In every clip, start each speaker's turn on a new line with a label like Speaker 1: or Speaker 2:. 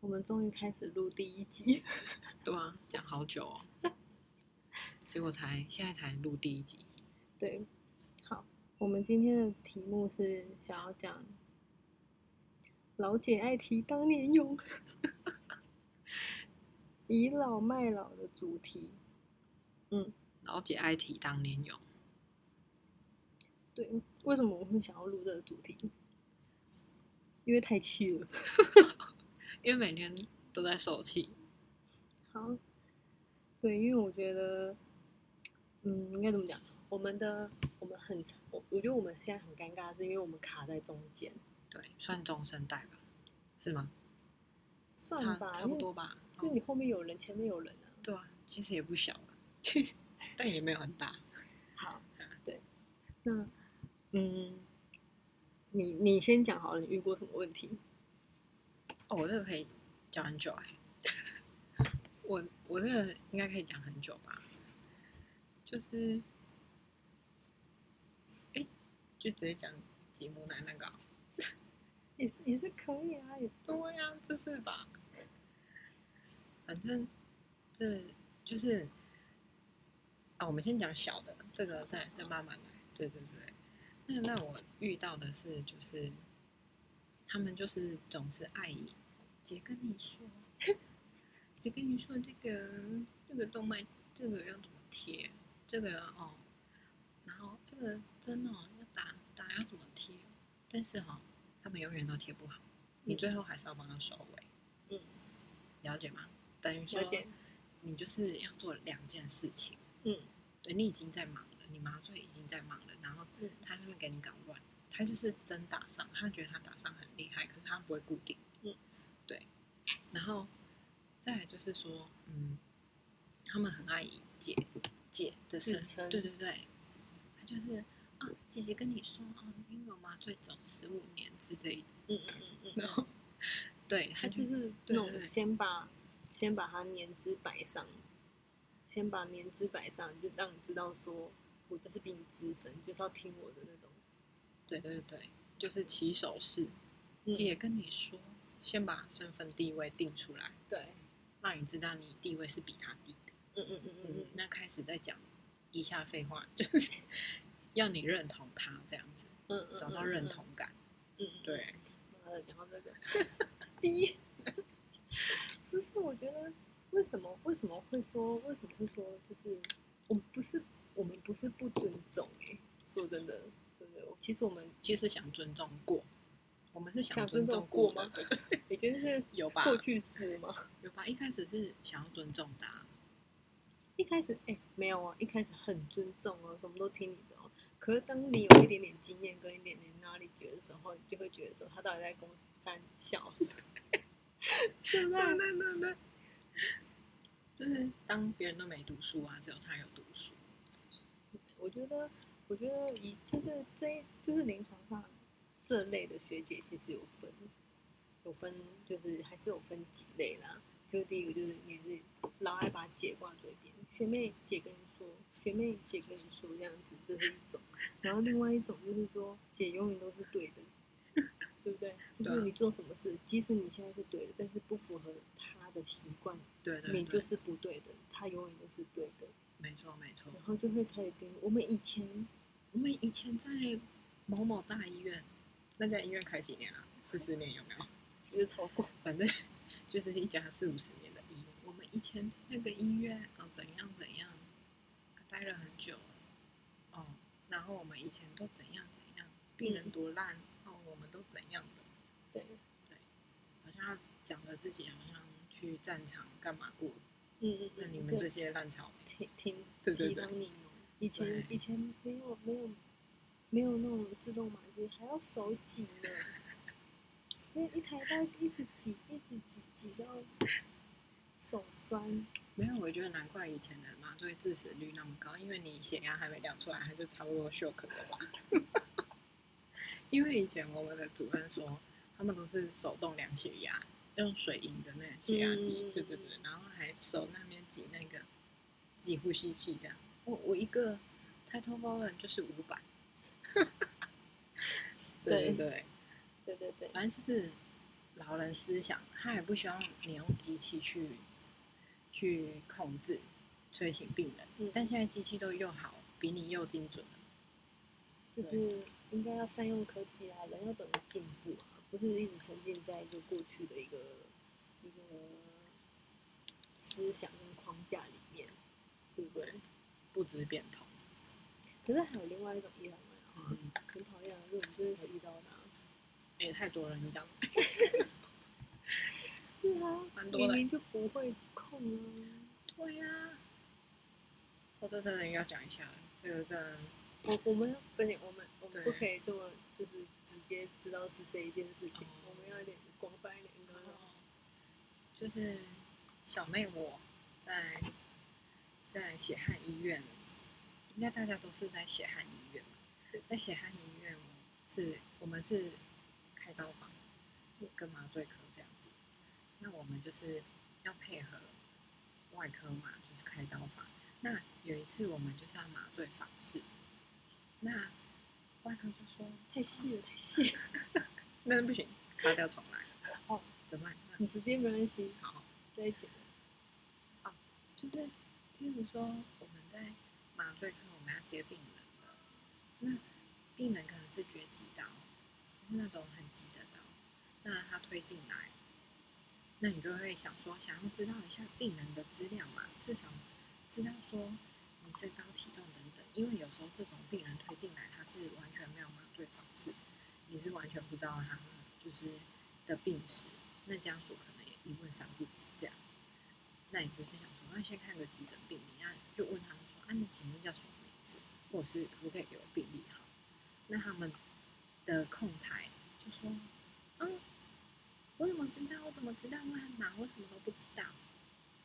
Speaker 1: 我们终于开始录第一集，
Speaker 2: 对啊，讲好久哦， 结果才现在才录第一集，
Speaker 1: 对，好，我们今天的题目是想要讲老姐爱提当年勇， 倚老卖老的主题。
Speaker 2: 老姐爱提当年勇，
Speaker 1: 对，为什么我会想要录这个主题？因为太气了。
Speaker 2: 因为每天都在受气，
Speaker 1: 好，对，因为我觉得，嗯，应该怎么讲？我们的我们很，我我觉得我们现在很尴尬，是因为我们卡在中间，
Speaker 2: 对，算中生代吧，是吗？
Speaker 1: 算
Speaker 2: 差
Speaker 1: 吧，
Speaker 2: 差不多吧，
Speaker 1: 因为。就是
Speaker 2: 嗯
Speaker 1: 你后面有人，前面有人啊。
Speaker 2: 对啊，其实也不小了， 其实但也没有很大，
Speaker 1: 好，对，那嗯，你你先讲好了，你遇过什么问题？
Speaker 2: 哦，我这个可以讲很久哎、我我这个应该可以讲很久吧，就是，哎、就直接讲吉姆奶那个啊、
Speaker 1: 也是也是可以啊，也是
Speaker 2: 对呀、这是吧？反正这就是啊，我们先讲小的，这个再再慢慢来。对对对，那那我遇到的是就是，他们就是总是爱以姐跟你说，姐跟你说这个这个动脉这个要怎么贴，这个哦，然后这个针哦要打打要怎么贴，但是哈、他们永远都贴不好。你
Speaker 1: 嗯
Speaker 2: 最后还是要帮他收尾，
Speaker 1: 嗯，
Speaker 2: 了解吗？等于说
Speaker 1: 了解，
Speaker 2: 你就是要做两件事情，
Speaker 1: 嗯
Speaker 2: 对你已经在忙了，你麻醉已经在忙了，然后
Speaker 1: 嗯
Speaker 2: 他就会给你搞乱，他就是真打上，他觉得他打上很厉害，可是他不会固定，
Speaker 1: 嗯，
Speaker 2: 对，然后再来就是说，嗯，他们很爱以姐姐的
Speaker 1: 自
Speaker 2: 身
Speaker 1: 称
Speaker 2: 对对对，他就是啊，姐姐跟你说哦，因为我麻醉走十五年之类的，
Speaker 1: 嗯嗯嗯嗯，
Speaker 2: 然后对他
Speaker 1: 他
Speaker 2: 就
Speaker 1: 就是是那
Speaker 2: 对
Speaker 1: 种
Speaker 2: 对
Speaker 1: 先把先把它年资摆上，先把年资摆上，就让你知道说我就是比你资深，就是要听我的那种。
Speaker 2: 对对对，就是起手式。
Speaker 1: 嗯
Speaker 2: 姐跟你说，先把身份地位定出来，
Speaker 1: 对，
Speaker 2: 让你知道你地位是比他低的。
Speaker 1: 嗯嗯嗯嗯嗯，
Speaker 2: 那开始再讲以下废话，就是 要你认同他这样子，
Speaker 1: 嗯嗯，
Speaker 2: 找到认同感。
Speaker 1: 嗯，嗯，
Speaker 2: 对，
Speaker 1: 妈的，讲到这个， 第一， 不是，我觉得为什么为什么会说为什么会说，就是我们不是我们不是不尊重哎、说真的，真的，其实我们
Speaker 2: 其实想尊重过，我们是
Speaker 1: 想尊
Speaker 2: 尊
Speaker 1: 重
Speaker 2: 重过
Speaker 1: 过
Speaker 2: 的
Speaker 1: 吗？已经是
Speaker 2: 有吧？
Speaker 1: 过去式嘛。
Speaker 2: 有吧？一开始是想要尊重的啊、
Speaker 1: 一开始哎、没有啊，一开始很尊重哦，什么都听你的哦。可是当你有一点点经验跟一点点哪里觉的时候，你就会觉得说他到底在公三 小，对不对？
Speaker 2: 对对对，就是当别人都没读书啊，只有他有读书。
Speaker 1: 我觉得，我觉得一就是这一就是临床上这类的学姐其实有分，有分就是还是有分几类啦。就第一个就是你是老爱把姐挂嘴边，学妹姐跟你说，学妹姐跟你说这样子，这是一种。然后另外一种就是说，姐永远都是对的，对不对？就
Speaker 2: 对
Speaker 1: 是
Speaker 2: 啊
Speaker 1: 你做什么事，即使你现在是对的，但是不符合她的习惯，
Speaker 2: 对啊对对，
Speaker 1: 你就是不对的，她永远都是对的。
Speaker 2: 没错没错。
Speaker 1: 然后就会开始盯我们以前
Speaker 2: 我们以前在某某大医院，那家医院开几年啊？四十年有没有？
Speaker 1: 就是超 过，
Speaker 2: 反正就是一家四五十年的医院。我们以前在那个医院哦，怎样怎样，待了很久哦。然后我们以前都怎样怎样，病人多烂、哦，我们都怎样的，
Speaker 1: 对，
Speaker 2: 好像讲了自己好像去战场干嘛过？
Speaker 1: 嗯嗯，
Speaker 2: 那你们
Speaker 1: 对
Speaker 2: 这些烂草莓，
Speaker 1: 挺挺
Speaker 2: 对对
Speaker 1: 提
Speaker 2: 对
Speaker 1: 防你哦。以前
Speaker 2: 对
Speaker 1: 以前没有没有没有那种自动码机，还要手挤呢，因为一台单一直挤一直挤挤到手酸。
Speaker 2: 没有，我觉得难怪以前的麻醉致死率那么高，因为你血压还没量出来，它就差不多休克了吧。 因为以前我们的主任说，他们都是手动量血压，用水银的那个血压计，
Speaker 1: 嗯
Speaker 2: 对对对，然后还手那边挤那个挤呼吸器这样。我我一个 title volume 就是五百， 对对对，
Speaker 1: 对对对，
Speaker 2: 反正就是老人思想，他也不希望你用机器去去控制催醒病人，
Speaker 1: 嗯
Speaker 2: 但现在机器都用好，比你又精准了。
Speaker 1: 就是应该要善用科技啊，人要懂得进步啊，不是一直沉浸在一个过去的一个一个思想跟框架里面，对不对？
Speaker 2: 不止变通，
Speaker 1: 可是还有另外一种医疗蛮好，
Speaker 2: 嗯，
Speaker 1: 很讨厌啊，因为我们最近才遇到的、啊，
Speaker 2: 也、太多人讲，
Speaker 1: 是啊，
Speaker 2: 蛮多
Speaker 1: 明
Speaker 2: 的
Speaker 1: 明就不会控啊。
Speaker 2: 对呀、哦，这真的要讲一下，这个真的
Speaker 1: 我我们不行，我们我们不
Speaker 2: 对
Speaker 1: 可以这么就是直接知道是这一件事情，
Speaker 2: 哦
Speaker 1: 我们要一点广泛一点的那种。
Speaker 2: 就是小妹我在在血汗医院，应该大家都是在血汗医院嘛
Speaker 1: 对，
Speaker 2: 在血汗医院我是我们是开刀房跟麻醉科这样子，那我们就是要配合外科嘛，就是开刀房。那有一次我们就是要麻醉房事，那外科就说
Speaker 1: 太细了，太细了，
Speaker 2: 那不行，卡掉重来，
Speaker 1: 哦，
Speaker 2: 怎么办？那
Speaker 1: 你直接没关系，
Speaker 2: 好。
Speaker 1: 再剪。
Speaker 2: 就是，譬如说我们在麻醉科，我们要接病人嘛，那病人可能是绝棘刀，就是那种很急的刀，那他推进来，那你就会想说，想要知道一下病人的资料嘛，至少知道说你身高、体重等等，因为有时候这种病人推进来，他是完全没有麻醉方式，你是完全不知道他就是的病史，那家属可能也一问三不知这样。那你就是想说，那先看个急诊病历，那就问他们说，啊，你请问叫什么名字，或者是可不可以给我病历好？那他们的控台就说，嗯，我怎么知道？我怎么知道？我很忙，我什么都不知道。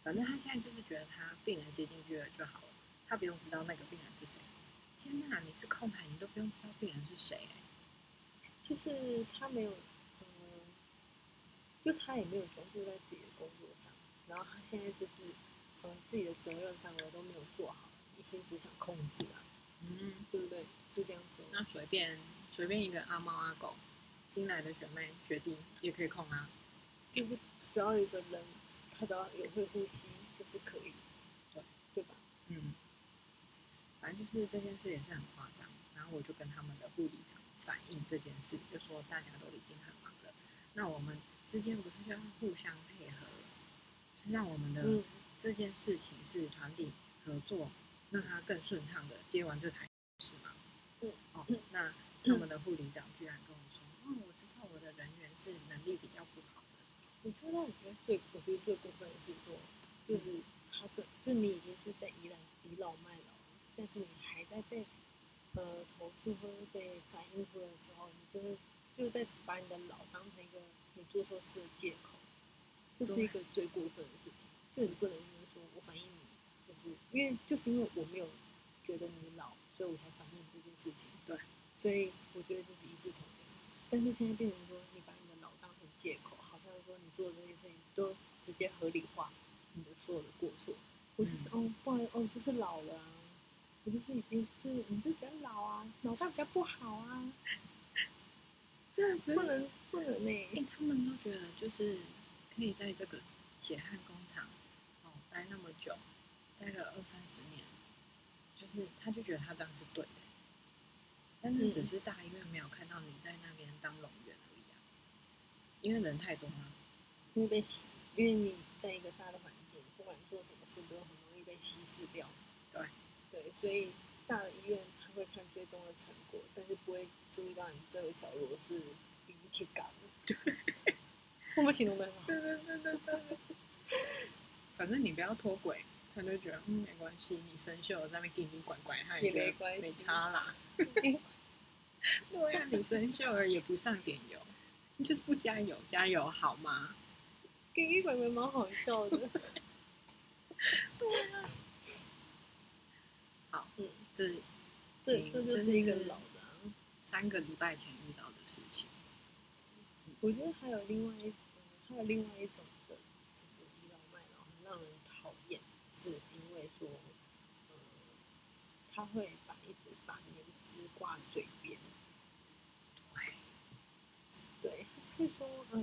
Speaker 2: 反正他现在就是觉得他病人接进去了就好了，他不用知道那个病人是谁。天哪，你是控台，你都不用知道病人是谁、欸，
Speaker 1: 就是他没有，嗯，就他也没有专注在自己的工作上，然后他现在就是，嗯，自己的责任范围都没有做好，一心只想控制啊，
Speaker 2: 嗯。
Speaker 1: 对不对？是这样说吗。
Speaker 2: 那随便随便一个阿猫阿狗，新来的学妹学弟也可以控啊。
Speaker 1: 就是只要有一个人，他只要有会呼吸，就是可以，
Speaker 2: 对
Speaker 1: 对吧？
Speaker 2: 嗯，反正就是这件事也是很夸张。然后我就跟他们的护理长反映这件事，就说大家都已经很忙了，那我们之间不是要互相配合，就是让我们的、
Speaker 1: 嗯，
Speaker 2: 这件事情是团体合作，让他更顺畅的接完这台是吗？
Speaker 1: 嗯，
Speaker 2: 哦
Speaker 1: 嗯，
Speaker 2: 那他们的护理长居然跟我说，哦，我知道我的人员是能力比较不好的，
Speaker 1: 我觉得，我觉得最，我觉得最过分的是说，就是他是，就你已经是在倚老倚老卖老了，但是你还在被呃投诉或者被反映出来的时候，你就会就在把你的老当成一个你做错事的借口，这是
Speaker 2: 对
Speaker 1: 一个最过分的事情。就你不能因为说我反映你，就是因为就是因为我没有觉得你老，所以我才反映这件事情。
Speaker 2: 对，
Speaker 1: 所以我觉得就是一视同仁。但是现在变成说，你把你的脑当成借口，好像说你做的这些事情都直接合理化你的所有的过错。我就是、哦，不好意思，哦，就是老了啊，我就是已经就是你就比较老啊，脑袋比较不好啊，
Speaker 2: 这
Speaker 1: 不能不能呢、
Speaker 2: 哎、他们都觉得就是可以在这个血汗工厂哦待那么久，待了二三十年，就是他就觉得他这样是对的，但是只
Speaker 1: 嗯
Speaker 2: 是大医院没有看到你在那边当龙员而已啊，因为人太多了。
Speaker 1: 因为被吸，因为你在一个大的环境，不管做什么事都很容易被稀释掉。
Speaker 2: 对，
Speaker 1: 对，所以大的医院他会看最终的成果，但是不会注意到你这个小螺丝已经去干了。对，我们形容的很好。
Speaker 2: 对对对对对。反正你不要脱轨，他就觉得嗯没关系，你生锈在那边给你管管，他
Speaker 1: 也
Speaker 2: 觉
Speaker 1: 没
Speaker 2: 得
Speaker 1: 关
Speaker 2: 没
Speaker 1: 系
Speaker 2: 差啦。 对啊，你生锈了也不上点油，你就是不加油，加油好吗？
Speaker 1: 给一鬼鬼蛮好笑的。
Speaker 2: 啊 好，
Speaker 1: 嗯，
Speaker 2: 这
Speaker 1: 这
Speaker 2: 嗯
Speaker 1: 这就
Speaker 2: 真
Speaker 1: 是一个
Speaker 2: 是
Speaker 1: 老的、啊。
Speaker 2: 三个礼拜前遇到的事情，
Speaker 1: 我觉得还有另外一，嗯还有另外一种的，就是倚老卖老，很让人讨厌，是因为说，嗯，他会把一直把年资挂嘴边，对，他会说，嗯，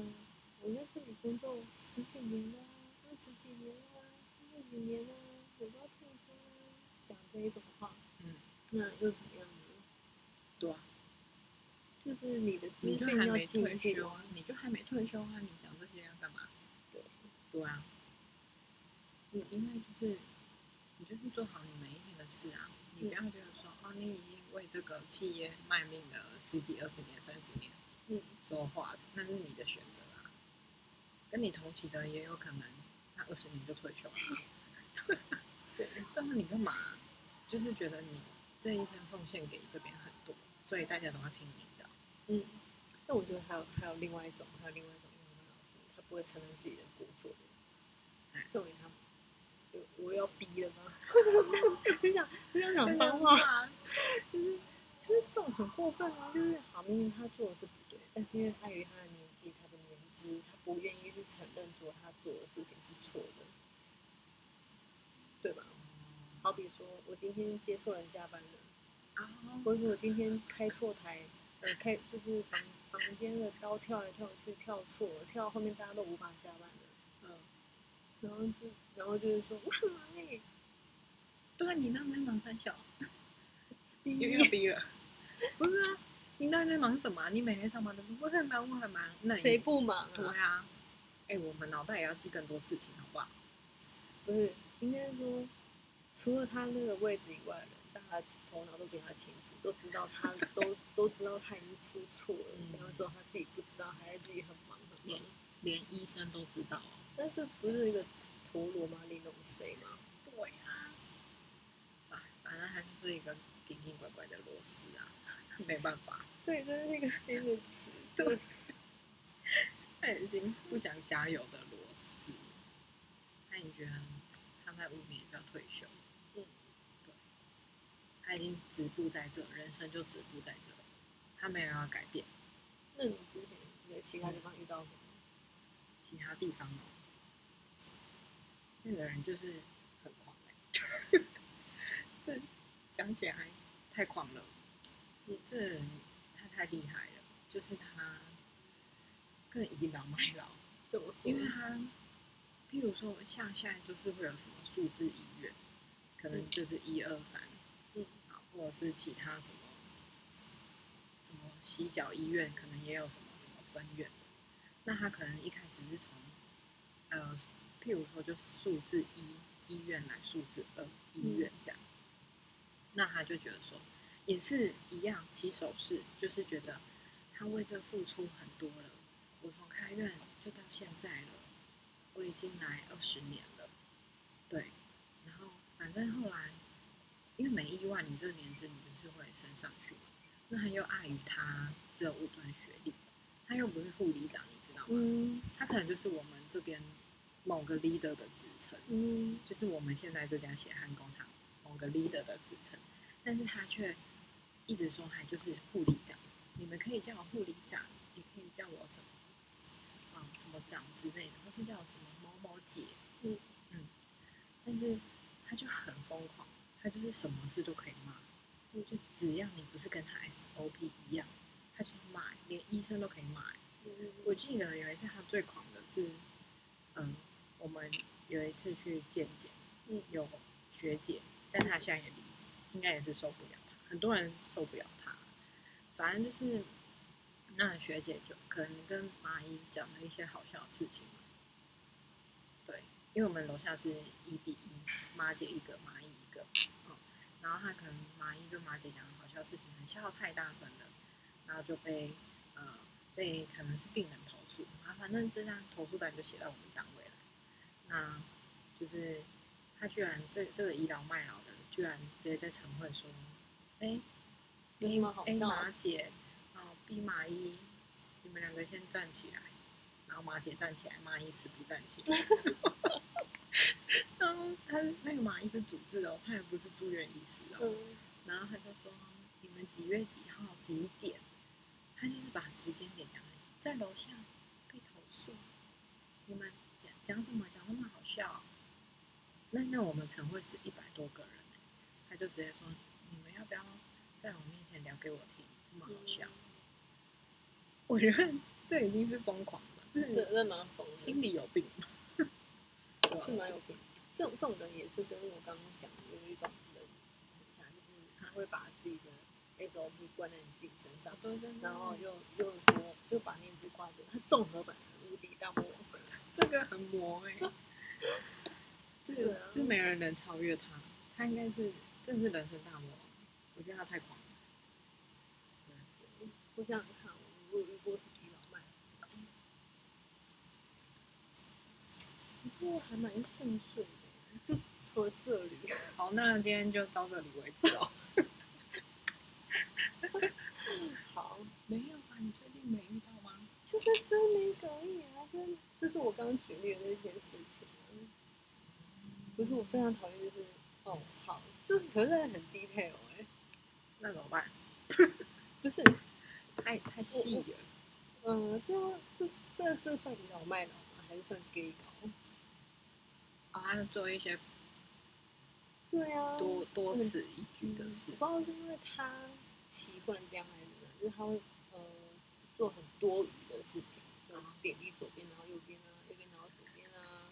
Speaker 1: 我我在这里工作十几年啦、二十几年啦、三十几年啦、我到退休啦，讲这一种话，
Speaker 2: 嗯，
Speaker 1: 那又怎么样呢？
Speaker 2: 对啊，
Speaker 1: 就是你的资
Speaker 2: 你就
Speaker 1: 讯
Speaker 2: 还
Speaker 1: 要
Speaker 2: 没
Speaker 1: 进
Speaker 2: 退
Speaker 1: 步
Speaker 2: 休
Speaker 1: 啊，，
Speaker 2: 你就还没退休啊，你讲这些要干嘛？
Speaker 1: 对，
Speaker 2: 对啊，你因为就是你就是做好你每一天的事啊，你不要觉得说、哦，你已经为这个企业卖命了十几、二十年、三十年
Speaker 1: 嗯，
Speaker 2: 说话，那是你的选择啊。跟你同期的也有可能，他二十年就退休了、 啊，
Speaker 1: 对，
Speaker 2: 但是你干嘛？就是觉得你这一生奉献给这边很多，所以大家都要听你的。
Speaker 1: 嗯。那我觉得还有还有另外一种，还有另外一种英文老师，他不会承认自己的过错的
Speaker 2: 哎，
Speaker 1: 这种人他，我我要逼了吗？很想很想讲脏话。
Speaker 2: 话，
Speaker 1: 就是就是这种很过分啊！就是好，明明他做的是不对，但是因为碍于他的年纪、他的年资，他不愿意去承认说他做的事情是错的，对吧？好比说我今天接错人加班了，
Speaker 2: 啊，
Speaker 1: 或者是我今天开错台，呃，开就是房房间的高跳来跳去，跳错了，跳到后面大家都无法下班了，
Speaker 2: 嗯，
Speaker 1: 然后就然后就是说我很忙哎，
Speaker 2: 对啊，你那边忙三小，
Speaker 1: 第
Speaker 2: 又又
Speaker 1: 一
Speaker 2: 逼了，不是啊，你到底在忙什么啊、你每天上班都说我很忙，我很忙，那你
Speaker 1: 谁不忙
Speaker 2: 对
Speaker 1: 啊？
Speaker 2: 啊？哎、我们脑袋也要记更多事情，好不好？
Speaker 1: 不是，应该说，除了他那个位置以外的人，大家头脑都比他清楚，都知道他都都知道他已经出错了，
Speaker 2: 嗯
Speaker 1: 然后之后他自己不知道，还在自己很忙很忙。
Speaker 2: 连医生都知道、哦。
Speaker 1: 但这不是一个陀螺吗？玲珑谁吗？
Speaker 2: 对啊，啊，反正他就是一个顶顶乖乖的螺丝啊，没办法，
Speaker 1: 所以这是一个新的词，
Speaker 2: 对他已经不想加油的螺丝，他已经觉得他在五年就要退休了。
Speaker 1: 嗯，
Speaker 2: 他已经止步在这，人生就止步在这，他没有要改变。
Speaker 1: 那你之前你在其他地方遇到过吗？
Speaker 2: 其他地方哦，那个人就是很狂欸 这讲起来太狂了。
Speaker 1: 嗯
Speaker 2: 这人他太厉害了，就是他更倚老卖老，
Speaker 1: 怎么说
Speaker 2: 因？为他，譬如说像现在就是会有什么数字医院，可能
Speaker 1: 嗯
Speaker 2: 就是一二三，
Speaker 1: 嗯
Speaker 2: 啊，或者是其他什么什么洗脚医院，可能也有什么什么分院。那他可能一开始是从呃，譬如说就数字一医院来数字二医院这样，那他就觉得说也是一样起手式，就是觉得他为这付出很多了。我从开院就到现在了，我已经来二十年了，对，然后反正后来因为没意外，你这个年资你就是会升上去嘛。那他又碍于他只有五专学历，他又不是护理长，你知道吗？
Speaker 1: 嗯
Speaker 2: 他可能就是我们这边某个 leader 的职称，
Speaker 1: 嗯
Speaker 2: 就是我们现在这家血汗工厂某个 leader 的职称，但是他却一直说他就是护理长，你们可以叫我护理长，也可以叫我什么啊什么长之类的，或是叫我什么某某姐，
Speaker 1: 嗯
Speaker 2: 嗯，但是他就很疯狂，他就是什么事都可以骂，
Speaker 1: 嗯
Speaker 2: 就只要你不是跟他 SOP 一样，他就是骂，连医生都可以骂、
Speaker 1: 嗯
Speaker 2: 我记得有一次他最狂的是，嗯，我们有一次去健检，
Speaker 1: 嗯
Speaker 2: 有学姐，但她现在也离职，应该也是受不了他，很多人受不了他。反正就是那学姐就可能跟麻姨讲了一些好笑的事情嘛。对，因为我们楼下是一比一，妈姐一个，麻姨一个，嗯，然后她可能麻姨跟麻姐讲的好笑的事情，很笑太大声了，然后就被呃被可能是病人投诉啊，反正这张投诉单就写到我们单位来，那就是他居然这这个倚老卖老的，居然直接在晨会说，哎、
Speaker 1: 有什么好
Speaker 2: A
Speaker 1: 笑
Speaker 2: 马姐，然后 B 马一，你们两个先站起来，然后马姐站起来，马一死不站起来。然后他那个马医是主治哦，他也不是住院医师哦。
Speaker 1: 嗯
Speaker 2: 然后他就说你们几月几号几点，他就是把时间点讲在在楼下被投诉，你们讲讲什么讲那么好笑、哦那那我们晨会是一百多个人欸、他就直接说你们要不要在我面前聊给我听，那么好笑。我觉得这已经是疯狂了，就是
Speaker 1: 这这蛮红的，
Speaker 2: 心里有病，对 吧
Speaker 1: 是蛮有病。这种这种人也是跟我刚刚讲的有一种人很像，就是他会把自己的 SOP 灌在你自己身上，
Speaker 2: 对对对
Speaker 1: 然后又又说又把面子挂着，他综合版的无敌大魔王。
Speaker 2: 这个很魔哎、 这
Speaker 1: 对
Speaker 2: 个
Speaker 1: 啊
Speaker 2: 就没人能超越他，他应该是真的是人生大魔王，我觉得他太狂了。
Speaker 1: 我想想看，我我遇过是倚老卖老，不过还蛮顺遂的，就除了这里，
Speaker 2: 好，那今天就到这里为止哦。
Speaker 1: 好，
Speaker 2: 没有啊，你确定没遇到吗？
Speaker 1: 就是追那个而已啊，就是就是我刚刚举例的那件事情啊，不是我非常讨厌，就是哦，好，这可是很 detail 哎、
Speaker 2: 那怎么办？
Speaker 1: 不是，
Speaker 2: 太太细了，
Speaker 1: 嗯、这样这这这算倚老卖老吗？还是算 gay 搞？
Speaker 2: 啊、他做一些
Speaker 1: 对啊，
Speaker 2: 多多此一举的事
Speaker 1: 我。不知道是因为他习惯这样还是怎么样，就是他会呃做很多余的事情，然后点滴左边，然后右边啊，右边然后左边啊，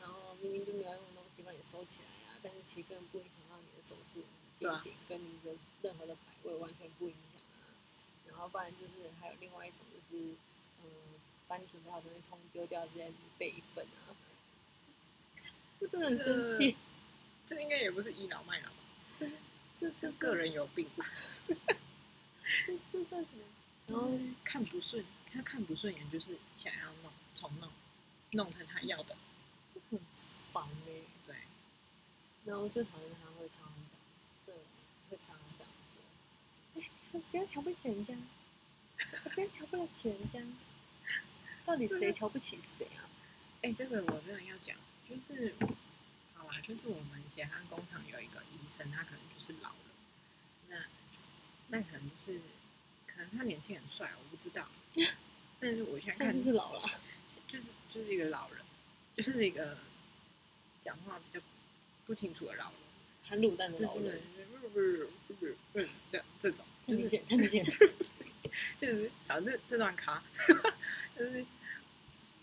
Speaker 1: 然后明明就没有用的东西把你收起来啊，但是其实根本不影响到你的手术
Speaker 2: 对啊
Speaker 1: 进行，跟你的任何的摆位完全不影响啊。然后不然就是还有另外一种就是，嗯、把你准备好的东西通通丢掉，直接备一份啊。这真的很生气，
Speaker 2: 这应该也不是倚老卖老吧，
Speaker 1: 这这
Speaker 2: 这个人有病吧？
Speaker 1: 这这算什么？然
Speaker 2: 然
Speaker 1: 后
Speaker 2: 后看不顺，他看不顺眼就是想要弄重弄，弄成他要的。
Speaker 1: 很烦哎、
Speaker 2: 对，
Speaker 1: 然后最讨厌他会常常讲，对，会常常讲说，哎、不要瞧不起人家，不要瞧不起人家，到底谁瞧不起谁啊？
Speaker 2: 哎、这个我真的要讲，就是好啦，就是我们血汗工厂有一个医生，他可能就是老了，那那可能就是可能他年轻很帅，我不知道，但是我现在
Speaker 1: 现在
Speaker 2: 看
Speaker 1: 就是老了，
Speaker 2: 就是就是一个老人，就是一个讲话比较不清楚的老人，
Speaker 1: 含卤蛋的
Speaker 2: 老
Speaker 1: 老
Speaker 2: 人
Speaker 1: 人，
Speaker 2: 的这种，
Speaker 1: 太
Speaker 2: 就
Speaker 1: 明
Speaker 2: 是
Speaker 1: 显，太明显，
Speaker 2: 就是反正这段卡，就是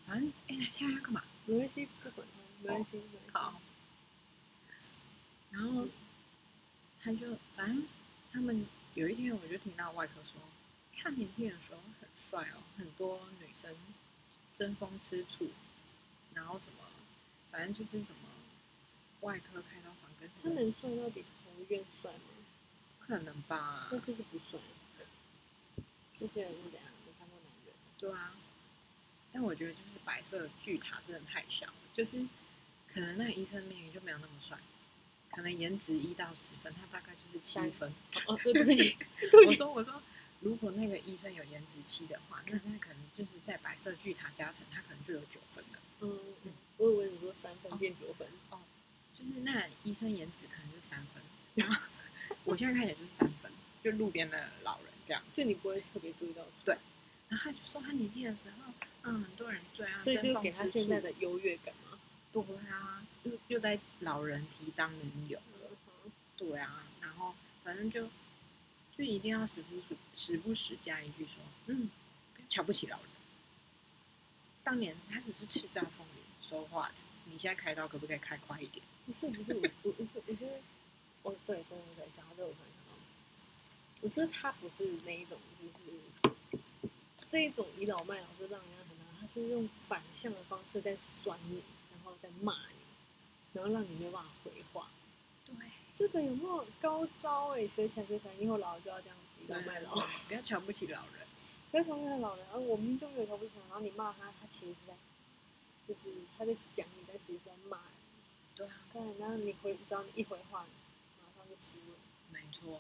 Speaker 2: 反正哎，现在要干嘛？
Speaker 1: 没关系，不管他，没关系，没关系。
Speaker 2: 好，然后他就反正他们有一天，我就听到外科说，看年轻人的时候很帅哦，很多女生争风吃醋，然后什么，反正就是什么外科开刀房跟
Speaker 1: 他
Speaker 2: 什么
Speaker 1: 能帅到比同一院帅吗？
Speaker 2: 不可能吧？
Speaker 1: 那就是不帅。这些人是怎样？没看过男人，
Speaker 2: 对啊，但我觉得就是白色巨塔真的太小了，就是可能那医生命运就没有那么帅，可能颜值一到十分，他大概就是七
Speaker 1: 三
Speaker 2: 分。
Speaker 1: 哦，对，对不 起，对不
Speaker 2: 我
Speaker 1: 起，
Speaker 2: 说我说，如果那个医生有颜值期的话，那他可能就是在白色巨塔加成，他可能就有九分了。
Speaker 1: 嗯，嗯我以为你说三分变九分，
Speaker 2: 就是那医生颜值可能就三分，然后我现在看起来就是三分，就路边的老人这样。
Speaker 1: 就你不会特别注意到他，
Speaker 2: 然后他就说他年轻的时候，嗯，很多人追啊，
Speaker 1: 所以
Speaker 2: 争
Speaker 1: 就
Speaker 2: 风
Speaker 1: 给他
Speaker 2: 吃
Speaker 1: 现
Speaker 2: 醋
Speaker 1: 在的优越感嘛。
Speaker 2: 对啊，又又在老人提当人有，对啊，然后反正就就一定要时不时时不时加一句说，嗯，不要瞧不起老人。当年他只是叱咤风云，说话，你现在开刀可不可以开快一点？
Speaker 1: 不是不是，我我我我觉得，哦对，对对对，讲到这个我突然想到，我觉得他不是那一种，就是这一种倚老卖老，就让人家很难，他是用反向的方式在酸你，然后在骂你，然后让你没有办法回话。
Speaker 2: 对，
Speaker 1: 这个有没有高招哎、学起来学起来，以后老了就要这样倚老卖老。
Speaker 2: 不要瞧不起老人。
Speaker 1: 不要瞧不起老人，啊，我明明就没有瞧不起他，然后你骂他，他其实是在，就是他在讲你，但其实是在骂你。
Speaker 2: 对啊，
Speaker 1: 对，然后你回，只要你一回话，马上就输了。
Speaker 2: 没错，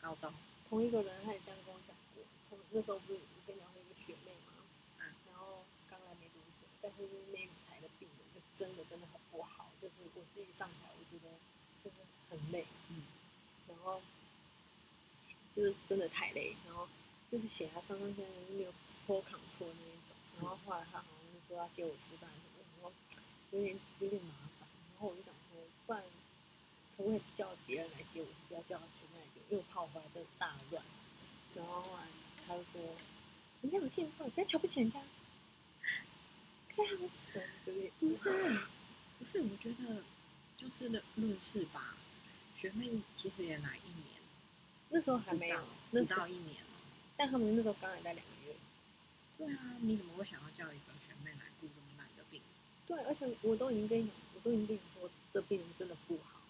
Speaker 2: 高招。
Speaker 1: 同一个人他也这样跟我讲过，同那时候不是我跟你讲过一个学妹吗？
Speaker 2: 嗯
Speaker 1: 然后刚来没多久，但是就是那一台的病人就真的真的很不好，就是我自己上台，我觉得就是很累，
Speaker 2: 嗯，
Speaker 1: 然后就是真的太累，然后就是血压上上下下就是没有拖抗错那一种，然后后来他好像就说要接我吃饭什么，然后有点有点麻烦，然后我就想说，不然可不可以叫别人来接我，不要叫他去那里，因为我怕我回来真的大乱。然后后来他就说，人家有健康，不要瞧不起人家。非常神之类的。
Speaker 2: 嗯不是，我觉得就是论论事吧。学妹其实也来一年，
Speaker 1: 那时候还没有
Speaker 2: 不到，
Speaker 1: 那
Speaker 2: 不
Speaker 1: 时候
Speaker 2: 到一年哦。
Speaker 1: 但他们那时候刚来在两个月。
Speaker 2: 对啊，你怎么会想要叫一个学妹来顾这么烂的病？
Speaker 1: 对，而且我都已经跟你讲，我都已经跟你说这病人真的不好，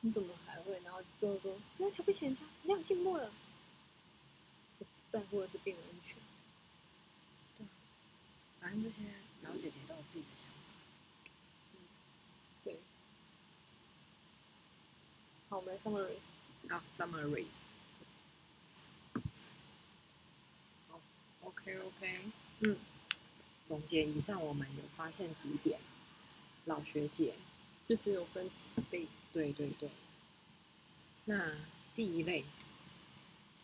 Speaker 1: 你怎么还会？然后就说不要瞧不起人家，你要进步了。我在乎的是病人安全。
Speaker 2: 反正这些老姐姐都有自己的想法。
Speaker 1: 对。好，我们来 summary。
Speaker 2: 啊，summary。好，OK OK，
Speaker 1: 嗯，
Speaker 2: 总结以上我们有发现几点，老学姐，
Speaker 1: 就是有分几类，
Speaker 2: 对对对。那第一类，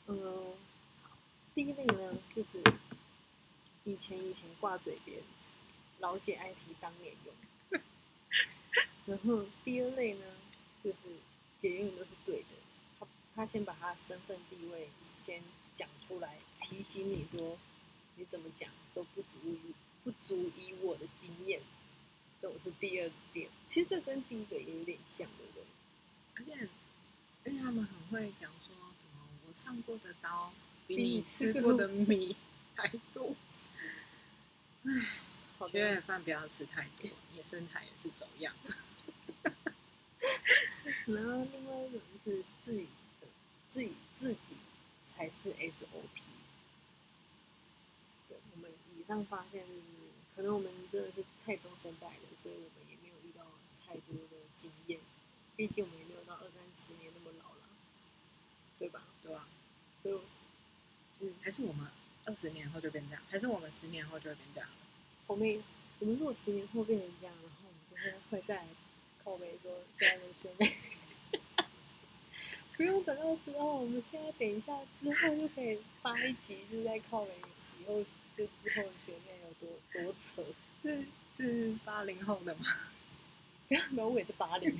Speaker 1: 嗯，好，第一类呢就是以前以前挂嘴边，老姐爱提当年勇。 然后第二类呢，就是姐永远都是对的，她她先把她的身份地位先讲出来，提醒你说你怎么讲都不足以不足以我的经验，这种是第二点。其实这跟第一个也有点像，对不对？
Speaker 2: 而且因为他们很会讲说什么，我上过的刀比
Speaker 1: 比
Speaker 2: 你
Speaker 1: 你
Speaker 2: 吃
Speaker 1: 吃过
Speaker 2: 过
Speaker 1: 的
Speaker 2: 的米还多。
Speaker 1: 好
Speaker 2: 学
Speaker 1: 的，
Speaker 2: 点饭不要吃太多，你的身材也是走样。
Speaker 1: 然后另外一种就是自己的自己自己才是 SOP。对，我们以上发现就是，可能我们真的是太中生代了，所以我们也没有遇到太多的经验，毕竟我们也没有到二三十年那么老了，对吧？
Speaker 2: 对啊，
Speaker 1: 所以我，嗯，
Speaker 2: 还是我们二十年后就变这样，还是我们十年后就会变这样。
Speaker 1: 我们也我们如果十年后变成这样，然后我们就会会再来靠背说现在的学妹， 不用等到之后，我们现在等一下之后就可以发一集，就是在靠背以后就之后的学妹有多多扯。
Speaker 2: 是是八零后的吗？
Speaker 1: 没有，我也是八零，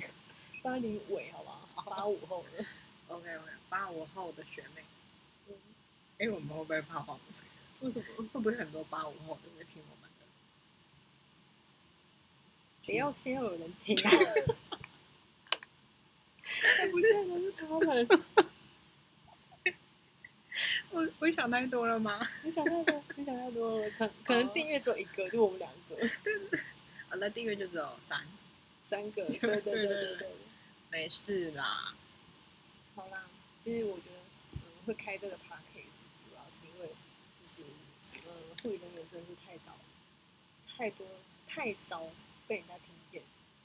Speaker 1: 八零尾好不好？八五后的，
Speaker 2: OK OK，八五后的学妹，
Speaker 1: 嗯，
Speaker 2: 哎、我们会不会怕黄？
Speaker 1: 为什么？
Speaker 2: 会不会很多八五后都会听我们的？
Speaker 1: 只要先要有人听、啊，哎不见得是他们，
Speaker 2: 我我想太多了吗？
Speaker 1: 你想太多，你想太多了，可可能订阅只有一个，就我们两个。
Speaker 2: 好了，订阅就只有三，
Speaker 1: 三个，对对对对对对。
Speaker 2: 没事啦。
Speaker 1: 好啦，其实我觉得，嗯，会开这个 podcast 主要是因为，就是，嗯，护理人员真的是太少，太多太少被人家听见，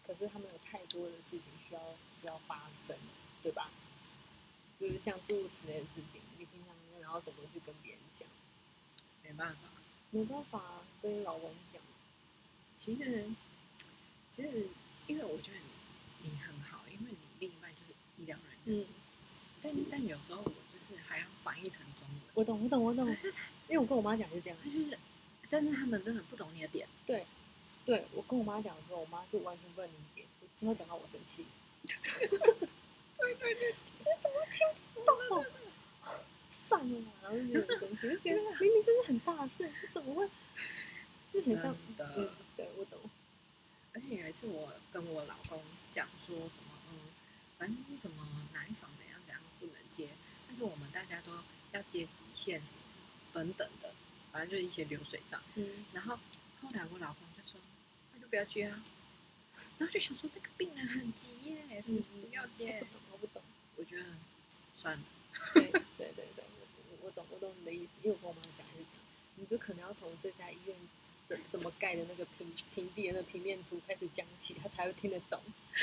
Speaker 1: 可是他们有太多的事情需要需要发生，对吧？就是像诸如此类的事情，你平常然后怎么去跟别人讲？
Speaker 2: 没办法，
Speaker 1: 没办法啊跟老公讲，
Speaker 2: 其实其实因为我觉得你你很好，因为你另一半就是医疗人员，
Speaker 1: 嗯，
Speaker 2: 但但有时候我就是还要翻译成中文。
Speaker 1: 我懂，我懂， 我懂，因为我跟我妈讲是这样。
Speaker 2: 就是，但是他们真的不懂你的点，
Speaker 1: 对我跟我妈讲的时候，我妈就完全不能理解，我之后讲到我生 气。对对对，你怎么听不懂？啊 算了啦，然后就很生气，就觉得明明就是很大的事，你怎么会？就很像，
Speaker 2: 真的
Speaker 1: 嗯，对我懂，
Speaker 2: 而且有一次我跟我老公讲说什么，嗯，反正是什么奶访怎样怎样不能接，但是我们大家都要接极限什么什么等等的，反正就是一些流水账。
Speaker 1: 嗯，
Speaker 2: 然后后来我老公就说，那就不要接啊。然后就想说那个病人很急耶，什么
Speaker 1: 嗯
Speaker 2: 不要
Speaker 1: 我
Speaker 2: 接
Speaker 1: 不。懂，我不懂，
Speaker 2: 我觉得算了，
Speaker 1: 对对对对，我我我懂，我懂你的意思，因为我跟我妈讲也是这样，你就可能要从这家医院怎怎么盖的那个平平地的那平面图开始讲起，她才会听得懂。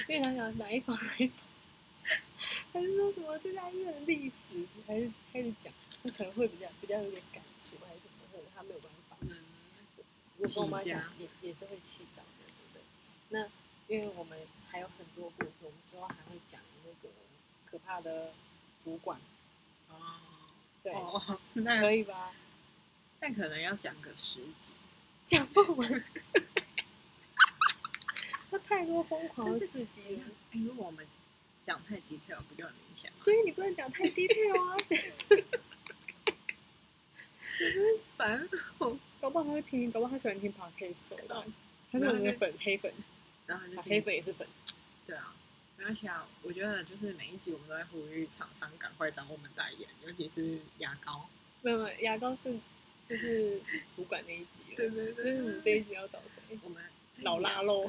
Speaker 1: 因为她讲哪一房哪一房， 还是说什么这家医院的历史，还是开始讲，那可能会比较比较有点感触，还是什么，可能她没有办法。
Speaker 2: 嗯，
Speaker 1: 我跟我妈
Speaker 2: 气
Speaker 1: 讲
Speaker 2: 家
Speaker 1: 也也是会气到的，对不对？那因为我们还有很多故事，我们之后还会讲那个可怕的主管，
Speaker 2: 哦，
Speaker 1: 对，
Speaker 2: 哦，
Speaker 1: 可
Speaker 2: 那
Speaker 1: 以吧？
Speaker 2: 那可能要讲个十集。
Speaker 1: 讲不 完。他太多疯狂的事迹了，
Speaker 2: 哎，如果我们讲太 detail，不就很明显吗？
Speaker 1: 所以你不能讲太 detail 啊。谁
Speaker 2: 反正我
Speaker 1: 搞不好他会听，搞不好他喜欢听 podcast 哦他是我们的粉黑粉，
Speaker 2: 然后他就
Speaker 1: 啊
Speaker 2: 听
Speaker 1: 黑粉也是粉，
Speaker 2: 对啊，没关系啊。我觉得就是每一集我们都在呼吁厂商赶快找我们代言，尤其是牙膏。
Speaker 1: 没有没有，牙膏 是就是主管那一集了，
Speaker 2: 对
Speaker 1: 就是你这一集要找 谁？
Speaker 2: 我们这一集啊
Speaker 1: 老腊肉，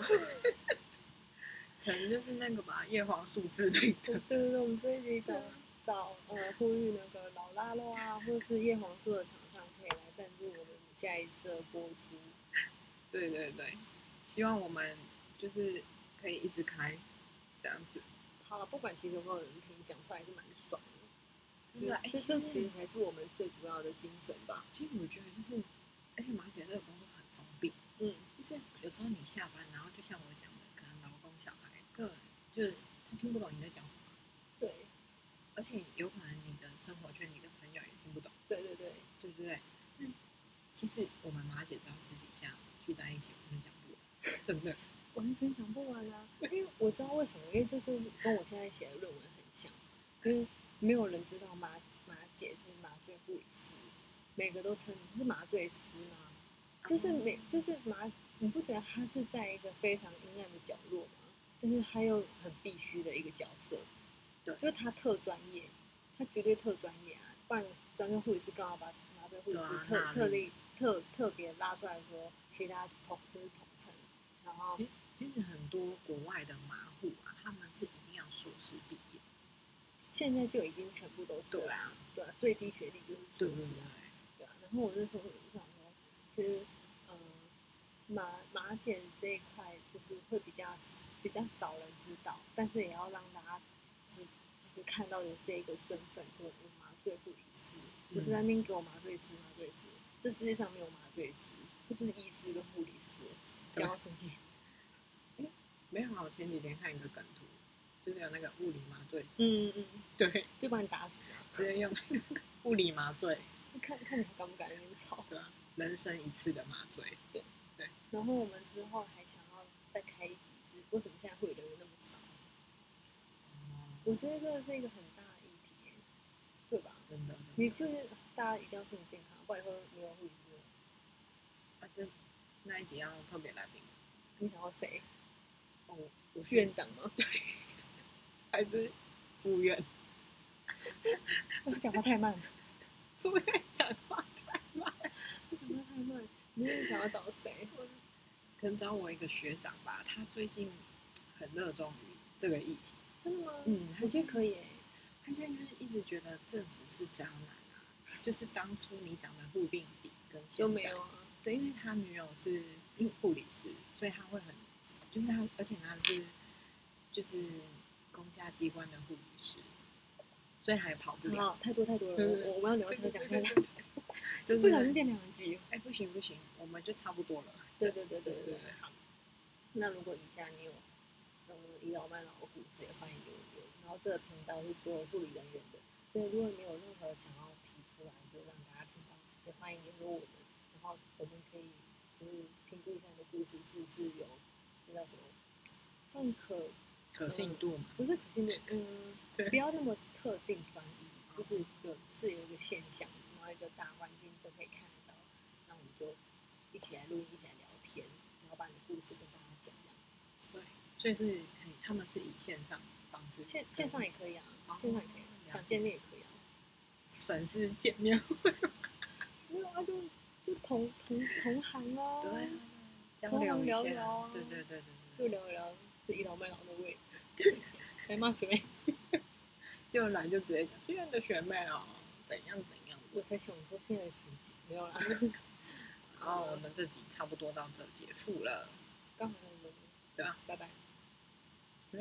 Speaker 2: 可能就是那个吧，叶黄素之类
Speaker 1: 对
Speaker 2: 的。
Speaker 1: 对对，我们这一集找
Speaker 2: 对啊
Speaker 1: 找呃呼吁那个老腊肉啊，或者是叶黄素的厂商可以来赞助我们下一次的播出。
Speaker 2: 对对对，希望我们就是可以一直开这样子。
Speaker 1: 好了，不管其实有没有人听，讲出来是蛮爽的。
Speaker 2: 真的，哎
Speaker 1: 这这其实
Speaker 2: 实，
Speaker 1: 才是我们最主要的精神吧。
Speaker 2: 其实我觉得就是，而且马姐这个工作很封闭，
Speaker 1: 嗯，
Speaker 2: 就是有时候你下班，然后就像我讲的，可能老公小孩个人就是他听不懂你在讲什么，
Speaker 1: 对
Speaker 2: 而且有可能你的生活圈、你的朋友也听不懂。
Speaker 1: 对对对，
Speaker 2: 对不对？那其实我们马姐只要私底下聚在一起，我们讲不完，真的。
Speaker 1: 完全讲不完啊！因为我知道为什么，因为这是跟我现在写的论文很像，因为没有人知道麻麻姐是麻醉护理师，每个都称你是麻醉师吗？就是
Speaker 2: 嗯
Speaker 1: 每就是麻，你不觉得她是在一个非常阴暗的角落吗？但是她又很必须的一个角色，
Speaker 2: 对
Speaker 1: 就是她特专业，她绝对特专业啊！不然专业护理师干嘛把麻醉护理
Speaker 2: 对啊
Speaker 1: 师特、
Speaker 2: 纳入
Speaker 1: 特例特特别拉出来说，其他同就是同层，然后
Speaker 2: 其。实其实很多国外的马户啊，他们是一定要硕士毕业，
Speaker 1: 现在就已经全部都是
Speaker 2: 对
Speaker 1: 啦、
Speaker 2: 啊，
Speaker 1: 对啊，最低学历就是硕
Speaker 2: 对不
Speaker 1: 士
Speaker 2: 对？
Speaker 1: 啊，对啊。然后我那时候我就想说，其实，嗯、马马姐这一块就是会比较比较少人知道，但是也要让大家知，就是看到有这一个身份，说我麻醉护理师，不是
Speaker 2: 嗯
Speaker 1: 在那边给我麻醉师麻醉师，这世界上没有麻醉师，这就是医师跟护理师，
Speaker 2: 对
Speaker 1: 讲到生气，
Speaker 2: 没有啊，我前几天看一个梗图，就是有那个物理麻醉师，
Speaker 1: 嗯嗯，嗯
Speaker 2: 对，
Speaker 1: 就把你打死啊！
Speaker 2: 直接用那个物理麻醉，
Speaker 1: 看看你还敢不敢在那边吵。
Speaker 2: 对啊吧、人生一次的麻醉，
Speaker 1: 然后我们之后还想要再开一集是为什么现在会有人那么少？
Speaker 2: 哦
Speaker 1: 我觉得这是一个很大的议题耶，对吧？
Speaker 2: 真的，真
Speaker 1: 你
Speaker 2: 的
Speaker 1: 就是大家一定要注意健康，不然以后没有护理师了。
Speaker 2: 啊，这那一集要特别来宾，
Speaker 1: 你想要谁？
Speaker 2: 哦，我
Speaker 1: 副院长吗？
Speaker 2: 还是服务员，
Speaker 1: 我讲话太慢了，
Speaker 2: 服务员讲话。
Speaker 1: 我讲话太慢。你是想要找谁？
Speaker 2: 可能找我一个学长吧，他最近很热衷于这个议题。
Speaker 1: 真的吗？
Speaker 2: 嗯
Speaker 1: 我觉得可以耶。
Speaker 2: 他现在就是一直觉得政府是渣男啊，就是当初你讲的护病比跟现在
Speaker 1: 都没有啊。
Speaker 2: 对，因为他女友是护理师，所以他会很，就是他，而且他是就是公家机关的护理师，所以还跑不了。
Speaker 1: 好，太多太多了，
Speaker 2: 对对
Speaker 1: 我我我们要聊这个讲太
Speaker 2: 对对
Speaker 1: 多，
Speaker 2: 就是
Speaker 1: 不小心变两集。
Speaker 2: 哎、不行不行，我们就差不多了。
Speaker 1: 对对对对
Speaker 2: 对
Speaker 1: 对
Speaker 2: 对
Speaker 1: 对。那如果以下你有嗯倚老卖老的故事，也欢迎留言。然后这个频道是所有助理人员的，所以如果你有任何想要提出来，就让大家听到，也欢迎联络我们。然后我们可以就是评估一下你的故事是不是有那叫什么，算可
Speaker 2: 可信度嘛，
Speaker 1: 不是可信度， 嗯
Speaker 2: 对，
Speaker 1: 不要那么特定专一，就是有是有一个现象，然后一个大环境都可以看得到，那我们就一起来录音，一起来聊天，然后把你的故事跟大家讲这样。
Speaker 2: 对，所以是可以，他们是以线上方式，
Speaker 1: 线线上也可以啊
Speaker 2: 哦，
Speaker 1: 线上也可以，
Speaker 2: 了
Speaker 1: 想
Speaker 2: 解
Speaker 1: 见面也可以啊。
Speaker 2: 粉丝见面会。
Speaker 1: 没有啊，就就同同同行啊，
Speaker 2: 对，交
Speaker 1: 通常
Speaker 2: 流
Speaker 1: 聊
Speaker 2: 一下
Speaker 1: 聊啊
Speaker 2: 对对对
Speaker 1: 就
Speaker 2: 对对，
Speaker 1: 聊一聊这倚老卖老的 哎味，来骂学妹，
Speaker 2: 就来就直接讲，现在的学妹哦，怎样怎样
Speaker 1: 我才想说现在的学姐没有啦，
Speaker 2: 然后
Speaker 1: 哦
Speaker 2: 我们这集差不多到这结束了，
Speaker 1: 刚好我们
Speaker 2: 对啊，
Speaker 1: 拜拜。
Speaker 2: 如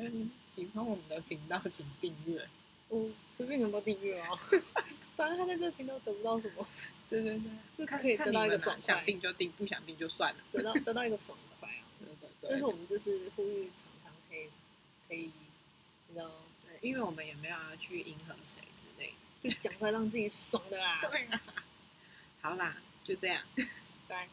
Speaker 1: 嗯
Speaker 2: 果你喜欢我们的频道，请订阅。
Speaker 1: 我哦随便能不能订阅啊， 反正他在这个频道得不到什么，
Speaker 2: 对对对，
Speaker 1: 就
Speaker 2: 看
Speaker 1: 可以
Speaker 2: 看
Speaker 1: 得
Speaker 2: 你
Speaker 1: 到一
Speaker 2: 们
Speaker 1: 个
Speaker 2: 啊
Speaker 1: 爽快
Speaker 2: 想，订就订，不想订就算了。
Speaker 1: 得到得到一个爽快啊。
Speaker 2: 对 对
Speaker 1: 但是
Speaker 2: 对
Speaker 1: 我们就是呼吁厂商可以可以，你知道，
Speaker 2: 对，因为我们也没有要去迎合谁之类
Speaker 1: 就讲出来让自己爽的啦
Speaker 2: 的。。对啊，好啦，就这样。
Speaker 1: 拜。